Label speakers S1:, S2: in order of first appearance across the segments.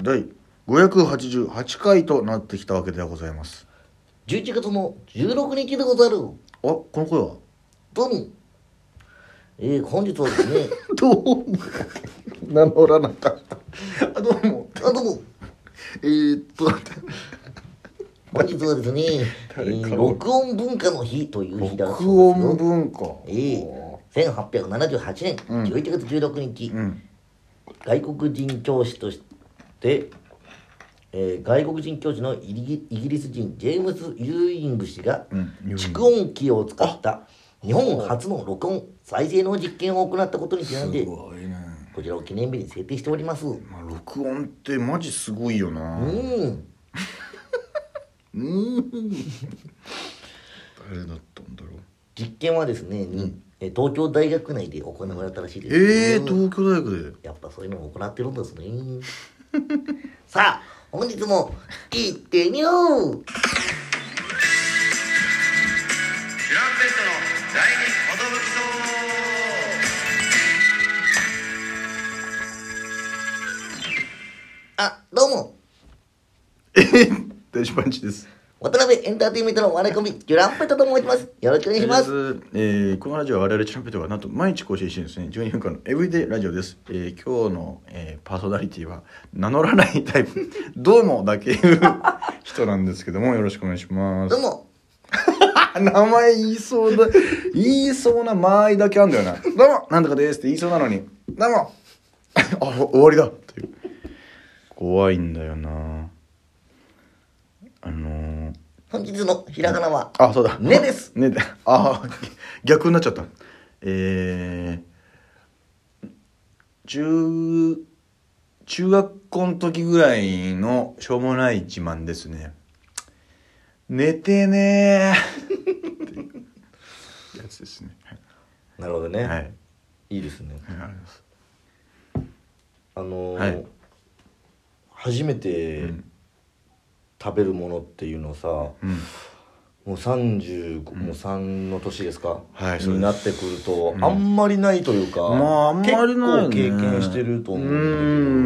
S1: 第588回となってきたわけでございます
S2: 11月の16日でござる
S1: あこの声は
S2: どうもえー、本日はですね
S1: どうも名乗らなかったあどうも
S2: あどうも
S1: えー、っと
S2: 本日はですね、え
S1: 誰か
S2: ー、
S1: を
S2: 録音文化の日という日だそうです
S1: 録音文化
S2: ええ1878年11月16日、
S1: うん
S2: 外国人教師として、えー外国人教師のイギイギリス人ジェームス・ユーイング氏が
S1: んユーイング
S2: 蓄音機を使った日本初の録音再生の実験を行ったことにちなんです
S1: ごいね
S2: こちらを記念日に制定しておりますう
S1: まあ録音ってマジすごいよなうん
S2: ん
S1: 誰だったんだろう
S2: 実験はですね、にえー東京大学内で行われたらしいです
S1: ええ
S2: うん
S1: 東京大学で
S2: やっぱそういうのも行ってるんですね さあ本日も行ってみよ
S3: チ
S2: う
S3: ュランペットの第二寿
S2: あどうも
S1: ええ大島んちです
S2: 渡辺エンターテインメントの笑い込み、ジュランペットと申します。よろしくお願いします。
S1: えーこのラジオは我々チャンピオンがなんと毎日更新してるんですね12分間のエブリデイラジオです、えー今日の、えーパーソナリティは名乗らないタイプ どうもだけ言う人なんですけどもよろしくお願いしま
S2: どう
S1: す
S2: も、
S1: あ名前言いそうだ言いそうな間合いだけあんだよなどうもなんとかですって言いそうなのにどうも あ終わりだっていう怖いんだよなあのー
S2: 本日のひらがなは、
S1: あ、そうだ。
S2: ねです。
S1: ねで。あー、逆になっちゃった。えー、中、中学校の時ぐらいのしょうもない自慢ですね。寝てねー。やつですね。
S2: なるほど
S1: は
S2: ね
S1: い。はい。
S2: いいですね。
S1: ありがとうございます
S2: あのー
S1: はい
S2: 初めて
S1: ん
S2: 食べるものっていうのをさ、
S1: うん。
S2: もう35、もう3の年ですか、
S1: はいそうです
S2: になってくると、あんまりないというか、
S1: まああんまりないね
S2: 結構経験してると思うんだけど、
S1: うー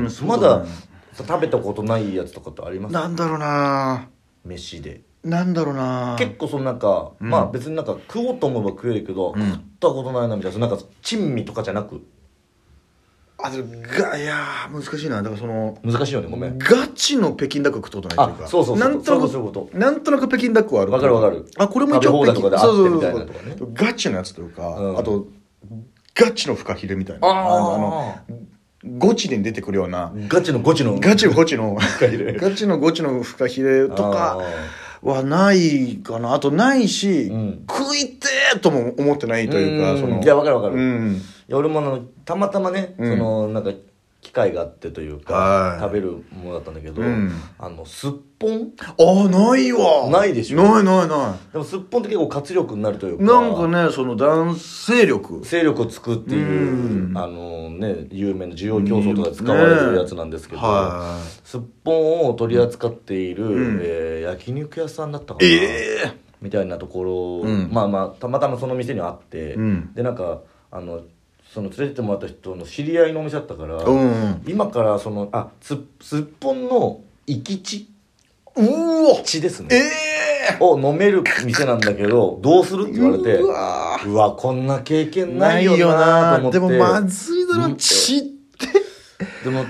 S1: ん
S2: ま
S1: そうだ
S2: だ
S1: ね
S2: 食べたことないやつとかってあります
S1: なんだろうな
S2: 飯で。
S1: ー。なんだろうなー。
S2: 結構そのなんか、まあ別になんか食おうと思えば食えるけど、食ったことないなみたいなそのなんか珍味とかじゃなく
S1: あ、でもが、いやー、難しいな。だからその、
S2: 難しいよねごめん
S1: ガチの北京ダック食ったことないというか
S2: あそうそうそう
S1: なんとなく
S2: そういうことそういうこ
S1: なんとなく北京ダックはある
S2: わかるわかる
S1: あこれも一応
S2: 食べ放題とかで
S1: そうそう
S2: あって
S1: そ
S2: み
S1: う
S2: たいなと
S1: そうガチのやつというか、
S2: うん
S1: あとガチのフカヒレみたいな
S2: あ
S1: の
S2: ああ
S1: のゴチで出てくるような
S2: ガチのゴチの
S1: ガチのゴチのフ
S2: カヒレ
S1: ガチのゴチのフカヒレとか
S2: あ
S1: はないかなあとないし、
S2: ん
S1: 食いてーとも思ってないというか
S2: うん
S1: その
S2: いやわかるわかる
S1: うん
S2: いや俺もあのたまたまね、
S1: うん
S2: そのなんか機会があってという
S1: は
S2: か
S1: い
S2: 食べるものだったんだけど、
S1: うん
S2: あのすっぽん
S1: あーないわ
S2: ないでしょ
S1: ないないな
S2: でもすっぽんって結構活力になるという
S1: い
S2: か
S1: なんかねその男性力
S2: 勢力をつくっていう、
S1: うん
S2: あのね有名な需要競争とかで使われてるやつなんですけど、
S1: ねは
S2: すっぽんを取り扱っている、
S1: ん
S2: えー焼肉屋さんだったかな、
S1: ええ
S2: みたいなところ、
S1: うん
S2: まあまあたまたまその店にあって、
S1: うん
S2: でなんかあのその連れてってもらった人の知り合いのお店だったから、
S1: うん
S2: 今からそのあすすっぽんの行き地
S1: うわ
S2: 地ですね
S1: え
S2: を飲める店なんだけどどうするって言われて
S1: うわ
S2: うわこんな経験な
S1: ないい
S2: よ
S1: よ
S2: な
S1: な
S2: と思って
S1: でもまずいだ
S2: う
S1: ろ
S2: ん
S1: ちって
S2: でも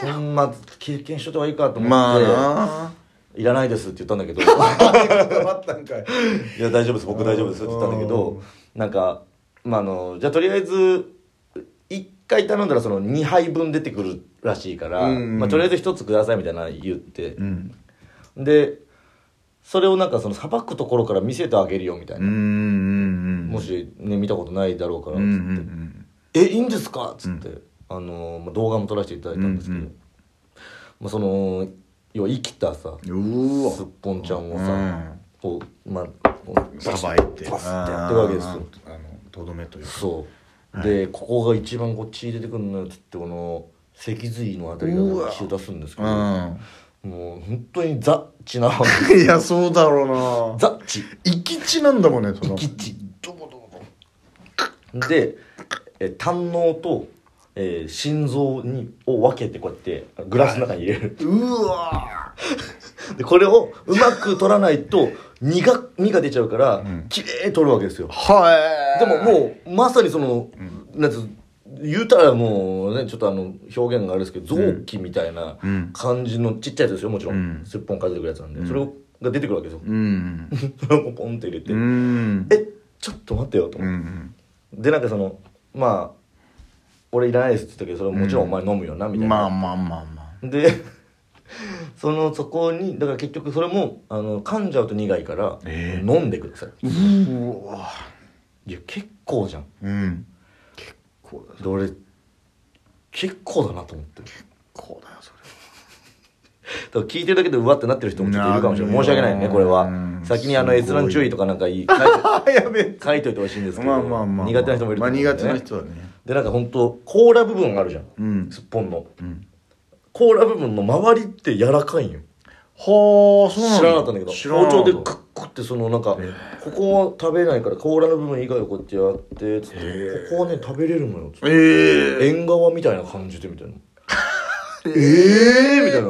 S2: こんな経験しといた方がいいかと思って、
S1: まあない
S2: らないですって言ったんだけどい
S1: あったんかい
S2: や大丈夫です僕大丈夫ですって言ったんだけどなんかまああのじゃあとりあえず1回頼んだらその2杯分出てくるらしいから、
S1: うん
S2: まあ、とりあえず1つくださいみたいなの言っ て
S1: う、ん
S2: でそれをなんかそのさばくところから見せてあげるよみたい
S1: うんう
S2: な、
S1: ん
S2: もしね見たことないだろうから
S1: う
S2: っつ
S1: ん
S2: っ
S1: う
S2: て、
S1: ん
S2: えいいんですか?」っつって、あのまあ、動画も撮らせていただいたんですけど、
S1: うんうん
S2: まあ、その要は生きたさ
S1: うんうわ
S2: すっぽんちゃんをさ、
S1: うん
S2: こうまあこう
S1: さばいて
S2: バスってやってるわけですよ
S1: あーあのとどめというか
S2: そうで、ここが一番こっち出てくるのよっつってこの脊髄のあたりが
S1: うわ
S2: 血を出すんですけ
S1: う
S2: ど
S1: ん
S2: もう本当にザッ チな
S1: いやそうだろうな
S2: ザッチ
S1: 行き地なんだもんねその
S2: キッチでえ胆のうと、えー心臓にを分けてこうやってグラスの中に入れる
S1: うわ
S2: でこれをうまく取らないと身が身が出ちゃうから
S1: ん
S2: 綺麗に取るわけですよ
S1: はい
S2: でももうまさにその、なんつう言うたらもうねちょっとあの表現があれですけど臓器みたいな
S1: うん
S2: 感じのちっちゃいやつですよもちろん、
S1: うん
S2: すっぽん数えてくるやつなんで、それが出てくるわけですよ
S1: うん
S2: それをポンって入れて、
S1: うん
S2: えちょっと待ってよと
S1: う
S2: 思って、
S1: ん
S2: でなんかそのまあ俺いらないですって言ったけどそれもちろんお前飲むよなみたいな、
S1: まあまあまあまあ
S2: で そのそこにだから結局それもあの噛んじゃうと苦いから、
S1: え
S2: 飲んでくださいう
S1: わ
S2: いや結構じゃん
S1: うん結構だ
S2: で俺結構だなと思ってだ
S1: こうだよそれ
S2: から聞いてるだけでうわってなってる人もちょっといるかもしれない
S1: なるよ
S2: 申し訳ないねこれ
S1: うん
S2: は先にあの
S1: すごい
S2: 閲覧注意とかなんか いい書いて
S1: あやべえ
S2: 書いといてほしいんですけど
S1: まあまあまあ
S2: 苦手な人もいると
S1: まあ
S2: 思うんで
S1: 苦
S2: ね
S1: 手な人はね
S2: でなんか本当甲羅部分があるじゃん、
S1: うん
S2: すっぽんの
S1: うん
S2: 甲羅部分の周りって柔らかいんよ
S1: はあそう
S2: 知
S1: なんだ
S2: らなかったんだけど
S1: 知らなか
S2: 包
S1: った
S2: 丁でクックってそのなんか、ここは食べれないから甲羅の部分以外をこうやってやってつって、ここはね食べれるのよつって、
S1: ええ
S2: 縁側みたいな感じでみたいな
S1: え
S2: えー、みたい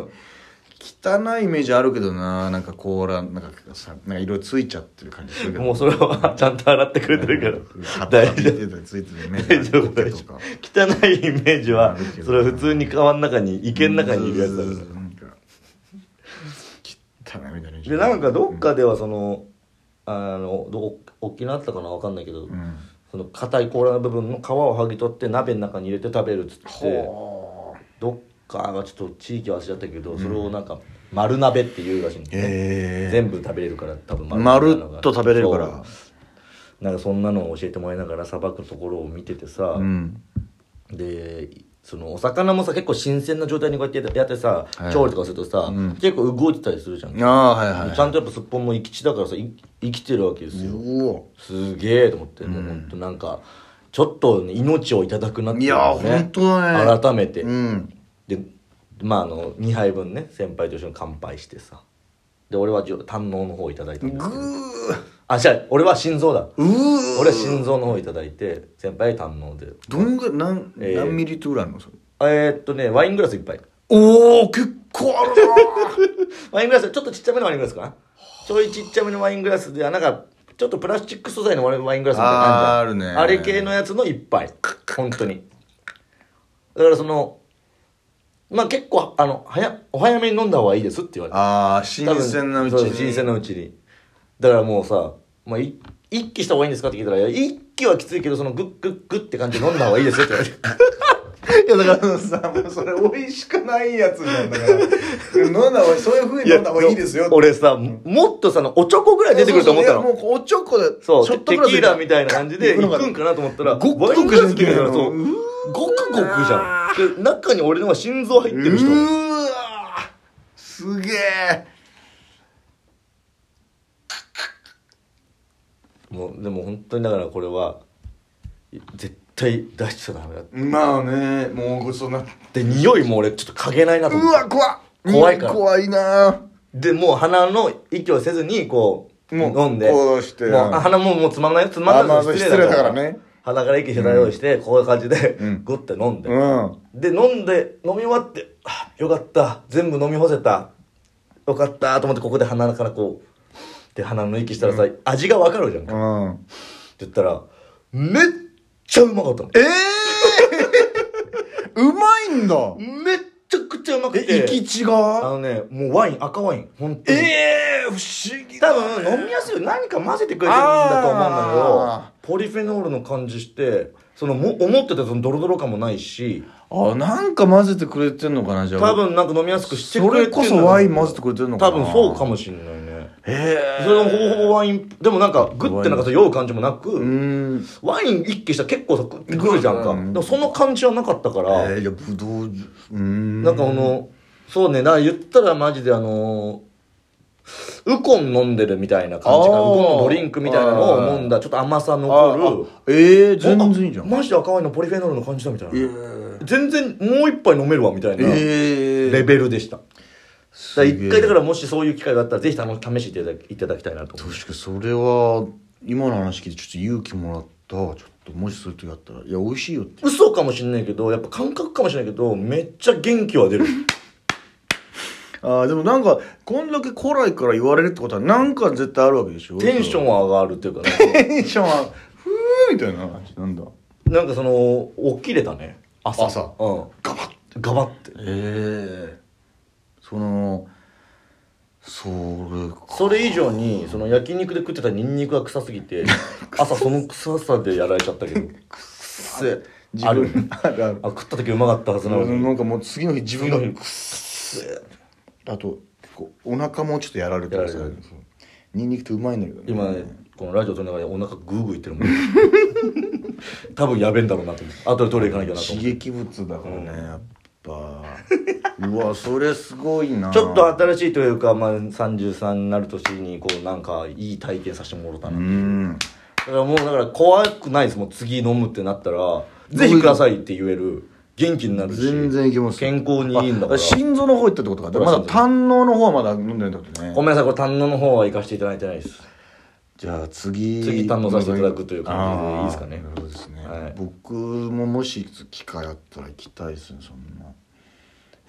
S2: な
S1: 汚いイメージあるけどななんか甲羅なんかさなんか色ついちゃってる感じするけど
S2: もうそれはちゃんと洗ってくれてるから大
S1: 大
S2: 丈夫
S1: 丈夫ついてるね
S2: 大丈夫大丈夫汚いイメージはそれは普通に川の中に池の中にいるやつだか
S1: なんか汚いみたいな
S2: らでなんかどっかではそのあのどこ沖縄だったかなわかんないけど、
S1: うん
S2: その硬い甲羅の部分の皮を剥ぎ取って鍋の中に入れて食べるっつって
S1: ほう
S2: どっかがちょっと地域忘れちゃったけど、それをなんか丸鍋っていうらしいんですね、
S1: ええ
S2: 全部食べれるから多分
S1: ま
S2: 鍋
S1: る
S2: なのが
S1: っと食べれるから
S2: そうなんかそんなのを教えてもらいながらさばくところを見ててさ、
S1: うん
S2: でそのお魚もさ結構新鮮な状態にこうやってやってさ、
S1: はい
S2: 調理とかするとさ、
S1: うん
S2: 結構動いてたりするじゃん、
S1: ああはいはい
S2: ちゃんとやっぱすっぽんも生き地だからさい生きてるわけですよ、
S1: うお
S2: すげえと思って、もうほんとなんかちょっとね、命をいただくなって
S1: い
S2: い
S1: やーほんとだね
S2: 改めて、
S1: うん
S2: でまああの2杯分ね先輩と一緒に乾杯してさで俺はじょ堪能の方をいただいたん
S1: ぐ
S2: だけど
S1: ー
S2: あ違う俺は心臓だ
S1: うー
S2: 俺は心臓の方をいただいて先輩堪能で
S1: どんぐらい何
S2: えー
S1: 何ミリトゥーランのそれ
S2: えー、っとねワイングラスいっぱい
S1: おお結構ある
S2: ワイングラスちょっとちっちゃめのワイングラスかなちょいちっちゃめのワイングラスであなんかちょっとプラスチック素材のワイングラスみたいなのじゃん
S1: あーあるね
S2: あれ系のやつの一杯本当にだからそのまあ結構あの早お早めに飲んだ方がいいですって言われて
S1: なああ新
S2: 多分
S1: 鮮なうち
S2: そう新鮮
S1: に
S2: なうちにだからもうさ、まあ、い一気した方がいいんですかって聞いたらいや一気はきついけどそのグッグッグッって感じで飲んだ方がいいですよって言われて
S1: いやだからさもうそれ美味しくないやつなんだ から飲んだ方が そういうふうに飲んだ方がいいですよって
S2: 俺さもっとさあのおちょこぐらい出てくると思ったの
S1: そうそういやもうおちょこで
S2: そう、
S1: ちょっ
S2: テ
S1: と
S2: テ
S1: ぐ
S2: キ
S1: らい
S2: ーラみたいな感じで
S1: 行く
S2: 行
S1: のか
S2: くんかなと思ったら、
S1: ごっく
S2: ワイングラス
S1: ごっくじゃん
S2: みたいなそう
S1: うー
S2: ごくごくじゃん。で、中に俺のは心臓入って
S1: う
S2: る人。
S1: ーわーすげえ
S2: もう、でも本当にだからこれは、絶対出しちゃダメだ。
S1: まあねもうごちそうになって
S2: で、匂いも俺ちょっと嗅げないなと
S1: う
S2: 思っ
S1: わ
S2: て。
S1: 怖っ
S2: 怖いから
S1: 怖いな
S2: で、もう鼻の息をせずに、こう、
S1: もう
S2: 飲んで。
S1: こうして
S2: もうあ鼻ももうつまんないよ。つまんない
S1: あまあ
S2: よ
S1: 失礼だからね。
S2: 鼻から息しないようにして、こういう感じで
S1: うん、
S2: グッて飲んで。
S1: うん
S2: で飲んで飲み終わってあよかった全部飲み干せたよかったと思ってここで鼻からこうで鼻の息したらさ、味がわかるじゃんか、
S1: う
S2: って
S1: ん
S2: 言ったらめっちゃうまかったの
S1: ええ うまいんだ
S2: めっちゃくちゃうまく
S1: え
S2: て
S1: 行き違
S2: あ
S1: う
S2: のねもうワイン赤ワイン本当に
S1: ええ不思議
S2: 多
S1: だ
S2: 分飲みやすいように何か混ぜてくれてるんだと思うんだけど
S1: あ
S2: ポリフェノールの感じしてそのも思ってたそのドロドロ感もないし
S1: あなんか混ぜてくれてんのかなじゃあ
S2: 多分なんか飲みやすくしてく
S1: それ
S2: れてる
S1: こそワイン混ぜてくれてんのか
S2: 多
S1: な
S2: 分そうかもしんないね
S1: ええ
S2: それもほぼほぼワインでもなんかグッてなんかそう酔う感じもなく、
S1: うん
S2: ワイン一気したら結構さグッてくるじゃんか、
S1: うん
S2: でもその感じはなかったから、
S1: えー、いやぶどううん
S2: なんかこのそうねだから言ったらマジであのーウコン飲んでるみたいな感じかな
S1: あ
S2: ウ
S1: ー
S2: コンのドリンクみたいなのを飲んだちょっと甘さ残る
S1: ああええ全然いいじゃん
S2: あマジで赤ワインのポリフェノールの感じだみたいな、
S1: え
S2: 全然もう一杯飲めるわみたいな、
S1: え
S2: レベルでしただから
S1: げえ
S2: 一回だからもしそういう機会があったらぜひあの試していただきいただきたいなと思う
S1: 確かにそれは今の話聞いてちょっと勇気もらったわちょっともしそういう時あったら「いや美味しいよ」って
S2: 嘘かもしんないけどやっぱ感覚かもしんないけどめっちゃ元気は出る
S1: ああでもなんかこんだけ古来から言われるってことはなんか絶対あるわけでしょ
S2: テンション
S1: は
S2: は上がるっていうか ね
S1: テンションはふーみたいな感じなんだ
S2: なんかその起きれたね朝
S1: 朝
S2: うん
S1: ガバッ
S2: ガバって
S1: ええそのそれか
S2: それ以上にその焼肉で食ってたニンニクが 臭すぎて朝その臭さでやられちゃったけど
S1: せ自
S2: ある
S1: 分あるある
S2: あ食った時うまかったはずなのに
S1: なんかもう次の日自分
S2: 次
S1: が
S2: の日
S1: くっせーあとこうお腹もちょっとやられてる
S2: やられてる
S1: そうニンニクってうまいんだけどね
S2: 今ねこのラジオ撮りながらお腹グーグーいってるもん 多分やべえんだろうなと思って後でトイレ行かなきゃなと
S1: 刺
S2: 思って
S1: 激物だからね、
S2: うん
S1: やっぱうわそれすごいな
S2: ちょっと新しいというか、まあ、33になる年にこうなんかいい体験させてもらった
S1: う
S2: な、
S1: ん
S2: だからもうだから怖くないですもう次飲むってなったらぜひくださいって言える元気になるし
S1: 全然いけます
S2: 健康にいいんだから
S1: あ心臓の方行ったってことかだからまだ胆のうの方はまだ飲んでないってことね
S2: ごめんなさいこれ胆のの方は行かせていただいてないです
S1: じゃあ次
S2: 次堪能させていただくという感じでいいですかね
S1: あーそうですね、
S2: はい
S1: 僕ももし機会あったら行きたいですねそんな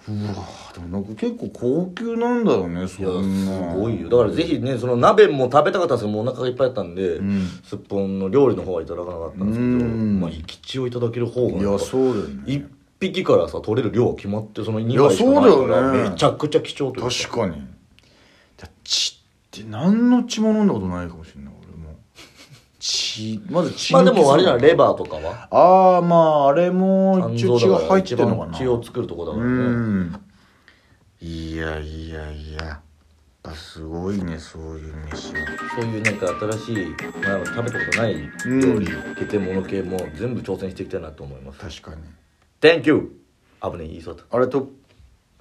S1: うわーでもなんか結構高級なんだろうねそ
S2: いやす
S1: んな
S2: ごいよだからぜひねその鍋も食べたかったんですけどもうお腹がいっぱいあったんで、
S1: ん
S2: すっぽんの料理の方はいただかなかったんですけ
S1: う
S2: ど
S1: ん
S2: まあ生き血をいただける方が
S1: いやそうだよね
S2: 1匹からさ取れる量は決まってその2
S1: や
S2: 杯しかない
S1: そうだ
S2: から
S1: よね
S2: めちゃくちゃ貴重という
S1: 確かにだ血って何の血も飲んだことないかもしれない俺も血まず血
S2: まあでもあれじゃ
S1: だ
S2: ないレバーとかは
S1: ああまああれも一応血が
S2: だから
S1: 入ってるのかな
S2: 一番血を作るとこだから
S1: う
S2: ね
S1: んいやいやいややっぱすごいねそういう飯は
S2: そういうなんか新しい、まあ、食べたことない料理系てもの系も全部挑戦していきたいなと思います
S1: 確かに
S2: Thank you 危ねえ言いそうだった
S1: あれと